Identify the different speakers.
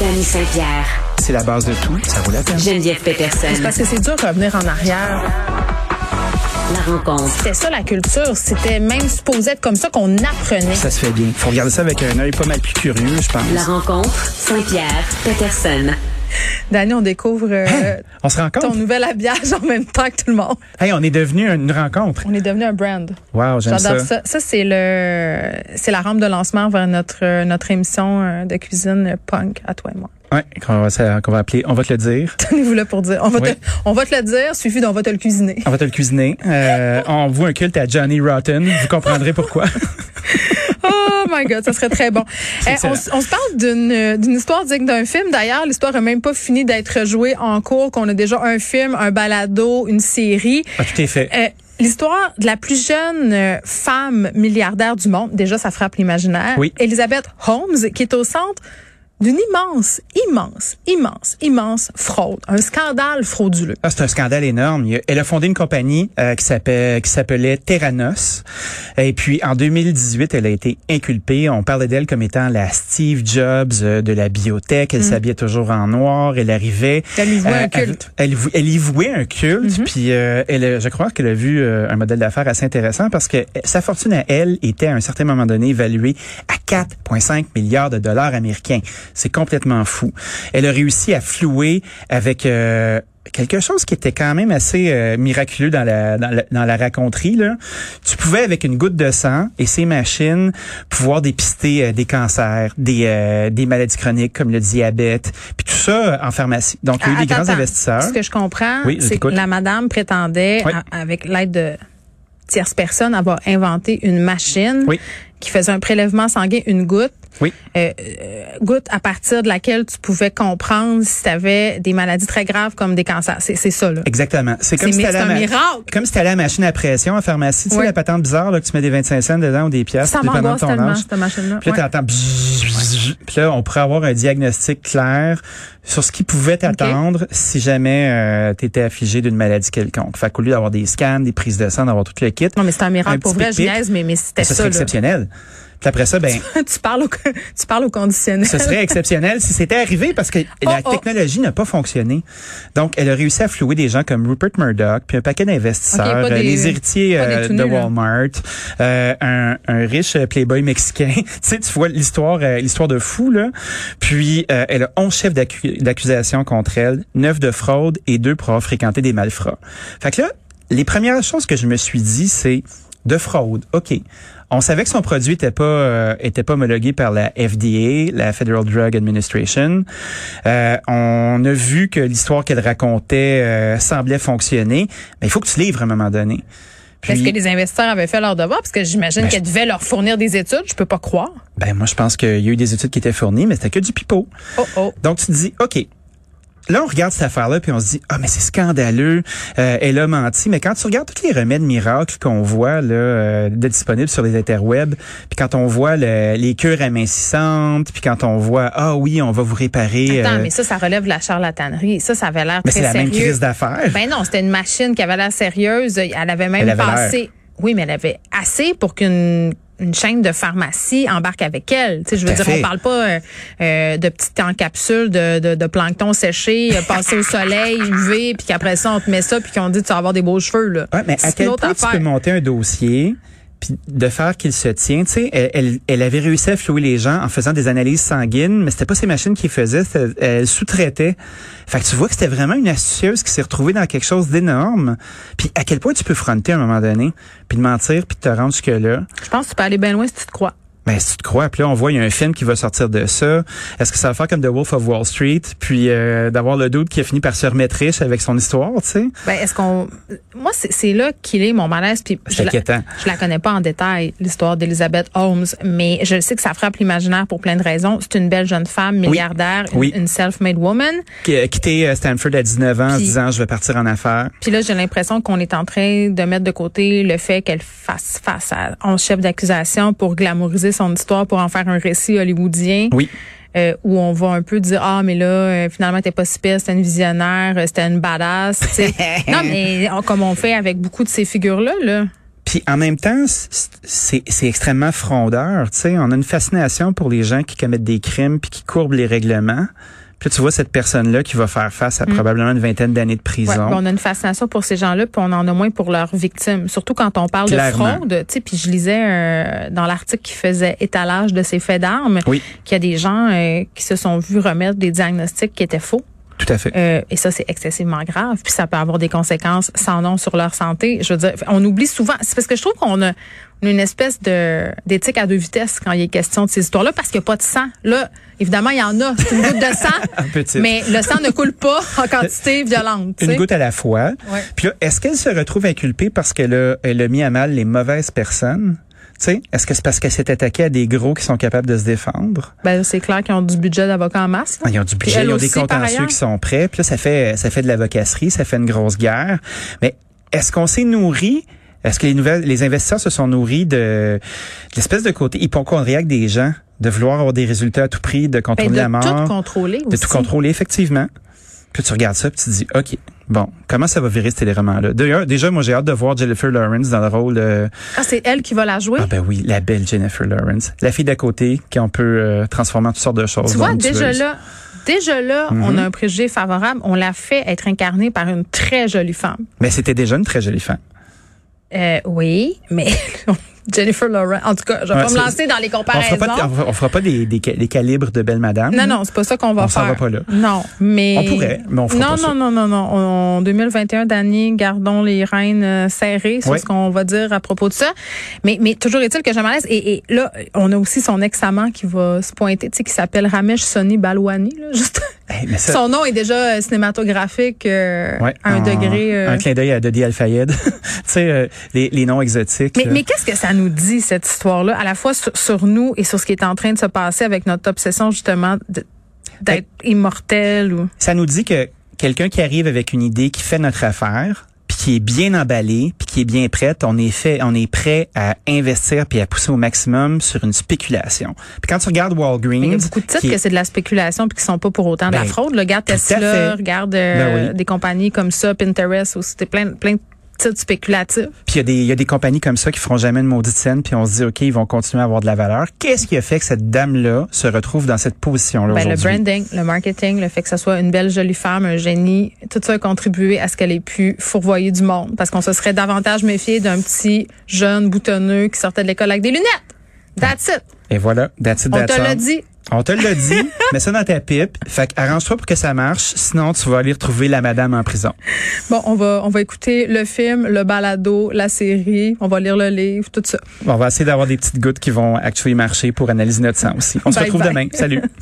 Speaker 1: Danny Saint-Pierre,
Speaker 2: C'est la base de tout. Ça vaut la peine.
Speaker 1: Geneviève
Speaker 3: C'est
Speaker 1: Peterson.
Speaker 3: parce que c'est dur de revenir en arrière.
Speaker 1: La rencontre.
Speaker 3: C'était ça la culture. C'était même supposé être comme ça qu'on apprenait.
Speaker 2: Ça se fait bien. Faut regarder ça avec un œil pas mal plus curieux, je pense.
Speaker 1: La rencontre. Saint-Pierre, Peterson.
Speaker 3: Dani, on découvre euh,
Speaker 4: On se rencontre.
Speaker 3: ton nouvel habillage en même temps que tout le monde.
Speaker 4: Hey, on est devenu une rencontre.
Speaker 3: On est devenu un brand.
Speaker 4: Wow, j'aime
Speaker 3: J'adore
Speaker 4: ça.
Speaker 3: ça. Ça, c'est le, c'est la rampe de lancement vers notre euh, notre émission euh, de cuisine euh, punk à toi et moi.
Speaker 4: Ouais, qu'on va, ça- qu'on va appeler. On va te le dire.
Speaker 3: Tenez-vous là pour dire. On va
Speaker 4: Oui.
Speaker 3: te, on va te le dire. Suffit d'on va te le cuisiner.
Speaker 4: On va te le cuisiner. Euh, on voit un culte à Johnny Rotten. Vous comprendrez pourquoi.
Speaker 3: Oh my God, ça serait très bon. Eh, on,
Speaker 4: excellent.
Speaker 3: s- on se parle d'une d'une histoire digne d'un film. D'ailleurs, l'histoire n'a même pas fini d'être jouée en cours, qu'on a déjà un film, un balado, une série.
Speaker 4: Ah, tout est fait.
Speaker 3: Euh, L'histoire de la plus jeune euh, femme milliardaire du monde, déjà ça frappe l'imaginaire,
Speaker 4: Oui.
Speaker 3: Elizabeth Holmes, qui est au centre d'une immense, immense, immense, immense fraude, un scandale frauduleux.
Speaker 4: Ah, c'est un scandale énorme. Il y a- Elle a fondé une compagnie euh, qui s'appelle- qui s'appelait Terranos. Et puis, en 2018, elle a été inculpée. On parlait d'elle comme étant la Steve Jobs euh, de la biotech. Elle s'habillait toujours en noir. Elle arrivait.
Speaker 3: Elle y voit un
Speaker 4: Euh, elle-
Speaker 3: culte. Mm-hmm.
Speaker 4: Elle, vou- elle y vouait un culte. Puis, euh, elle, a- je crois qu'elle a vu euh, un modèle d'affaires assez intéressant parce que euh, sa fortune à elle était à un certain moment donné évaluée à 4,5 milliards de dollars américains. C'est complètement fou. Elle a réussi à flouer avec... euh, quelque chose qui était quand même assez euh, miraculeux dans la, dans la dans la raconterie là. Tu pouvais avec une goutte de sang et ces machines pouvoir dépister euh, des cancers, des euh, des maladies chroniques comme le diabète, puis tout ça euh, en pharmacie. Donc il y a eu des
Speaker 3: Ah, Attends,
Speaker 4: grands
Speaker 3: attends.
Speaker 4: investisseurs.
Speaker 3: Ce que je comprends,
Speaker 4: Oui, je
Speaker 3: c'est que
Speaker 4: t'écoute.
Speaker 3: la madame prétendait,
Speaker 4: Oui.
Speaker 3: a- avec l'aide de tierces personnes, avoir inventé une machine
Speaker 4: Oui.
Speaker 3: qui faisait un prélèvement sanguin, une goutte.
Speaker 4: Oui.
Speaker 3: euh, euh, goutte à partir de laquelle tu pouvais comprendre si tu avais des maladies très graves comme des cancers. C'est c'est ça, là.
Speaker 4: Exactement. C'est comme
Speaker 3: C'est
Speaker 4: si
Speaker 3: mi-
Speaker 4: t'allais à
Speaker 3: c'est un
Speaker 4: ma-
Speaker 3: miracle.
Speaker 4: Comme si t'allais à la machine à pression en pharmacie, tu
Speaker 3: Oui.
Speaker 4: sais la patente bizarre là, que tu mets des 25 cents dedans ou des pièces,
Speaker 3: Ça
Speaker 4: dépendant de
Speaker 3: m'angoisse
Speaker 4: ton
Speaker 3: tellement,
Speaker 4: âge.
Speaker 3: cette machine-là.
Speaker 4: Puis là,
Speaker 3: Ouais.
Speaker 4: t'entends bzzz, bzzz. Puis là, on pourrait avoir un diagnostic clair sur ce qui pouvait t'attendre si jamais tu étais affligé d'une maladie quelconque. Fait qu'au lieu d'avoir des scans, des prises de sang, d'avoir tout le kit,
Speaker 3: Non, mais c'est un miracle
Speaker 4: Un
Speaker 3: pour
Speaker 4: petit
Speaker 3: vrai, je
Speaker 4: pic-pic.
Speaker 3: niaise, mais, mais c'était
Speaker 4: ça
Speaker 3: ça,
Speaker 4: serait
Speaker 3: là.
Speaker 4: exceptionnel. Puis après ça, ben,
Speaker 3: tu, parles au, tu parles au conditionnel.
Speaker 4: ce serait exceptionnel si c'était arrivé parce que la
Speaker 3: oh.
Speaker 4: technologie n'a pas fonctionné. Donc, elle a réussi à flouer des gens comme Rupert Murdoch, puis un paquet
Speaker 3: Ok,
Speaker 4: d'investisseurs,
Speaker 3: pas des-
Speaker 4: euh, les héritiers
Speaker 3: pas des
Speaker 4: euh,
Speaker 3: tout
Speaker 4: de
Speaker 3: nus, là.
Speaker 4: Walmart, euh, un, un riche euh, playboy mexicain. tu sais, tu vois l'histoire, euh, l'histoire de fou là. Puis, euh, elle a 11 chefs d'accu- d'accusation contre elle, 9 de fraude et 2 pour avoir fréquenté des malfrats. Fait que là, les premières choses que je me suis dit, c'est de fraude. OK. On savait que son produit était pas euh, était pas homologué par la FDA, la Federal Drug Administration. Euh, on a vu que l'histoire qu'elle racontait euh, semblait fonctionner, mais il faut que tu livres à un moment donné. Puis-
Speaker 3: Est-ce que les investisseurs avaient fait leur devoir? Parce que j'imagine
Speaker 4: Ben, je-
Speaker 3: qu'elle devait leur fournir des études. Je peux pas croire.
Speaker 4: Ben moi je pense qu'il y a eu des études qui étaient fournies, mais c'était que du pipeau.
Speaker 3: Oh, oh.
Speaker 4: Donc, tu te dis, OK. Là, on regarde cette affaire-là, puis on se dit, ah, mais c'est scandaleux, euh, elle a menti. Mais quand tu regardes tous les remèdes miracles qu'on voit là, euh, de disponibles sur les interwebs, puis quand on voit le- les cures amincissantes, puis quand on voit, ah oui, on va vous réparer...
Speaker 3: Attends,
Speaker 4: euh,
Speaker 3: mais ça, ça relève de la charlatanerie. Ça, ça avait l'air
Speaker 4: mais
Speaker 3: très
Speaker 4: c'est la même
Speaker 3: sérieux.
Speaker 4: crise d'affaires.
Speaker 3: ben non, c'était une machine qui avait l'air sérieuse. Elle avait même
Speaker 4: Elle avait
Speaker 3: passé. Oui, mais elle avait assez pour qu'une une chaîne de pharmacie embarque avec elle. Tu sais, je veux
Speaker 4: Tout
Speaker 3: dire,
Speaker 4: à
Speaker 3: on
Speaker 4: fait.
Speaker 3: parle pas euh, euh, de petites encapsules de, de, de plancton séché, euh, passé au soleil, UV, puis qu'après ça, on te met ça, puis qu'on dit tu vas avoir des beaux cheveux. Là.
Speaker 4: Ouais, mais à
Speaker 3: C'est
Speaker 4: quel
Speaker 3: une autre
Speaker 4: point tu
Speaker 3: affaire.
Speaker 4: peux monter un dossier puis de faire qu'il se tient, tu sais, elle, elle, elle avait réussi à flouer les gens en faisant des analyses sanguines, mais c'était pas ces machines qui faisaient, c'était- elle sous-traitait. Fait que tu vois que c'était vraiment une astucieuse qui s'est retrouvée dans quelque chose d'énorme. Puis à quel point tu peux fronter à un moment donné, puis de mentir, puis de te rendre jusque là.
Speaker 3: Je pense que tu peux aller bien loin si tu te crois.
Speaker 4: Ben, si tu te crois, puis là, on voit, il y a un film qui va sortir de ça. Est-ce que ça va faire comme The Wolf of Wall Street, puis euh, d'avoir le doute qui a fini par se remettre riche avec son histoire, tu sais?
Speaker 3: Ben, est-ce qu'on. Moi, c'est c'est là qu'il est mon malaise. Puis je
Speaker 4: C'est
Speaker 3: la,
Speaker 4: inquiétant.
Speaker 3: je la connais pas en détail, l'histoire d'Elizabeth Holmes, mais je sais que ça frappe l'imaginaire pour plein de raisons. C'est une belle jeune femme, milliardaire, une-
Speaker 4: Oui.
Speaker 3: une, self-made woman.
Speaker 4: qui a quitté euh, Stanford à 19 ans en se
Speaker 3: Puis-
Speaker 4: disant je vais partir en affaires.
Speaker 3: Puis là, j'ai l'impression qu'on est en train de mettre de côté le fait qu'elle fasse face à 11 chefs d'accusation pour glamouriser son histoire, pour en faire un récit hollywoodien.
Speaker 4: Oui.
Speaker 3: euh, où on va un peu dire ah mais là euh, finalement t'es pas si pire c'était une visionnaire euh, c'était une badass tu sais. non mais on- comme on fait avec beaucoup de ces figures là là
Speaker 4: Puis en même temps, c- c'est c'est extrêmement frondeur. Tu sais, on a une fascination pour les gens qui commettent des crimes puis qui courbent les règlements. Puis là, tu vois cette personne-là qui va faire face à probablement une vingtaine d'années de
Speaker 3: Mm. Ouais,
Speaker 4: prison.
Speaker 3: puis on a une fascination pour ces gens-là, puis on en a moins pour leurs victimes. Surtout quand on parle
Speaker 4: Clairement.
Speaker 3: de fraude, tu sais. Puis je lisais euh, dans l'article qui faisait étalage de ces faits d'armes
Speaker 4: Oui.
Speaker 3: qu'il y a des gens euh, qui se sont vus remettre des diagnostics qui étaient faux.
Speaker 4: Tout à fait.
Speaker 3: Euh, et ça, c'est excessivement grave. Puis ça peut avoir des conséquences sans nom sur leur santé. Je veux dire, on oublie souvent. C'est parce que je trouve qu'on a on a une espèce de d'éthique à deux vitesses quand il est question de ces histoires-là, parce qu'il n'y a pas de sang. Là, évidemment, il y en a. C'est une goutte de sang.
Speaker 4: Petite.
Speaker 3: Euh, mais le sang ne coule pas en quantité violente. tu
Speaker 4: Une
Speaker 3: sais.
Speaker 4: goutte à la fois.
Speaker 3: Ouais.
Speaker 4: Puis là, est-ce qu'elle se retrouve inculpée parce qu'elle a, elle a mis à mal les mauvaises personnes? Tu sais, est-ce que c'est parce qu'elle s'est attaquée à des gros qui sont capables de se défendre?
Speaker 3: Ben, c'est clair qu'ils ont du budget d'avocat en masse. là.
Speaker 4: Ah, Ils ont du
Speaker 3: Puis
Speaker 4: budget,
Speaker 3: elle
Speaker 4: ils ont des
Speaker 3: aussi, par
Speaker 4: contentieux
Speaker 3: ailleurs.
Speaker 4: qui sont prêts. Puis là, ça fait, ça fait de l'avocasserie, ça fait une grosse guerre. Mais est-ce qu'on s'est nourri? Est-ce que les nouvelles, les investisseurs se sont nourris de, de l'espèce de côté hypochondriaque des gens, de vouloir avoir des résultats à tout prix, de
Speaker 3: Ben,
Speaker 4: contrôler
Speaker 3: de
Speaker 4: la mort?
Speaker 3: tout contrôler
Speaker 4: de
Speaker 3: aussi.
Speaker 4: tout contrôler, effectivement. Puis tu regardes ça, puis tu te dis, OK, bon, comment ça va virer ce téléroman-là? D'ailleurs, déjà, moi, j'ai hâte de voir Jennifer Lawrence dans le rôle... euh,
Speaker 3: Ah, c'est elle qui va la jouer.
Speaker 4: Ah ben oui, la belle Jennifer Lawrence. La fille d'à côté, qu'on peut euh, transformer en toutes sortes de choses.
Speaker 3: Tu
Speaker 4: dans
Speaker 3: vois,
Speaker 4: une
Speaker 3: déjà
Speaker 4: tueuse.
Speaker 3: là, déjà là,
Speaker 4: Mhm.
Speaker 3: on a un préjugé favorable. On l'a fait être incarnée par une très jolie femme.
Speaker 4: Mais c'était déjà une très jolie femme.
Speaker 3: Euh, oui, mais Jennifer Lawrence. En tout cas, je vais
Speaker 4: Ouais,
Speaker 3: pas me
Speaker 4: c'est-
Speaker 3: lancer dans les
Speaker 4: On
Speaker 3: comparaisons.
Speaker 4: fera pas, de- on fera- on fera pas des, des, ca- des calibres de belle madame.
Speaker 3: Non, non, c'est pas ça qu'on va
Speaker 4: On s'en
Speaker 3: faire.
Speaker 4: va pas là.
Speaker 3: Non, mais.
Speaker 4: On pourrait, mais on fera
Speaker 3: non,
Speaker 4: pas
Speaker 3: non,
Speaker 4: ça.
Speaker 3: non, non, non, En 2021, Dany, gardons les rênes euh, serrées sur
Speaker 4: Oui.
Speaker 3: ce qu'on va dire à propos de ça. Mais, mais toujours est-il que je me laisse. Et, et là, on a aussi son ex-amant qui va se pointer, tu sais, qui s'appelle Ramesh Soni Balwani, là, juste.
Speaker 4: Eh, mais ça-
Speaker 3: Son nom est déjà euh, cinématographique euh,
Speaker 4: ouais, Ah,
Speaker 3: à un degré. euh,
Speaker 4: Un clin d'œil à Dodi Al-Fayed. tu sais, euh, les, les noms exotiques.
Speaker 3: Mais,
Speaker 4: là.
Speaker 3: mais qu'est-ce que ça nous dit, cette histoire-là, à la fois sur, sur nous et sur ce qui est en train de se passer avec notre obsession, justement, de- d'être
Speaker 4: Ben,
Speaker 3: immortel ou.
Speaker 4: ça nous dit que quelqu'un qui arrive avec une idée qui fait notre affaire puis qui est bien emballé, puis qui est bien prête, on est fait, on est prêt à investir puis à pousser au maximum sur une spéculation. Puis quand tu regardes Walgreens,
Speaker 3: Il y a beaucoup de titres
Speaker 4: Mm. qui est-
Speaker 3: que c'est de la spéculation puis qui sont pas pour autant de
Speaker 4: Ben,
Speaker 3: la fraude. là. Regarde
Speaker 4: tout à fait.
Speaker 3: Tesla, regarde euh,
Speaker 4: Ben oui.
Speaker 3: des compagnies comme ça, Pinterest aussi, t'es plein, plein de titres spéculatifs. Ben,
Speaker 4: puis il y a des, il y a des compagnies comme ça qui feront jamais une maudite scène, puis on se dit ok, ils vont continuer à avoir de la valeur. Qu'est-ce qui a fait que cette dame là se retrouve dans cette position là
Speaker 3: Ben, le
Speaker 4: aujourd'hui
Speaker 3: branding, le marketing, le fait que ce soit une belle jolie femme, un génie, tout ça a contribué à ce qu'elle ait pu fourvoyer du monde parce qu'on se serait davantage méfié d'un petit jeune boutonneux qui sortait de l'école avec des lunettes. That's it.
Speaker 4: Et voilà, that's it,
Speaker 3: On
Speaker 4: that's
Speaker 3: te l'a
Speaker 4: all.
Speaker 3: dit.
Speaker 4: On te l'a dit, mets ça dans ta pipe. Fait arrange-toi pour que ça marche, sinon tu vas aller retrouver la madame en prison.
Speaker 3: Bon, on va, on va écouter le film, le balado, la série, on va lire le livre, tout ça.
Speaker 4: On va essayer d'avoir des petites gouttes qui vont actuellement marcher pour analyser notre sang aussi. On se
Speaker 3: Bye
Speaker 4: retrouve
Speaker 3: bye.
Speaker 4: demain. Salut.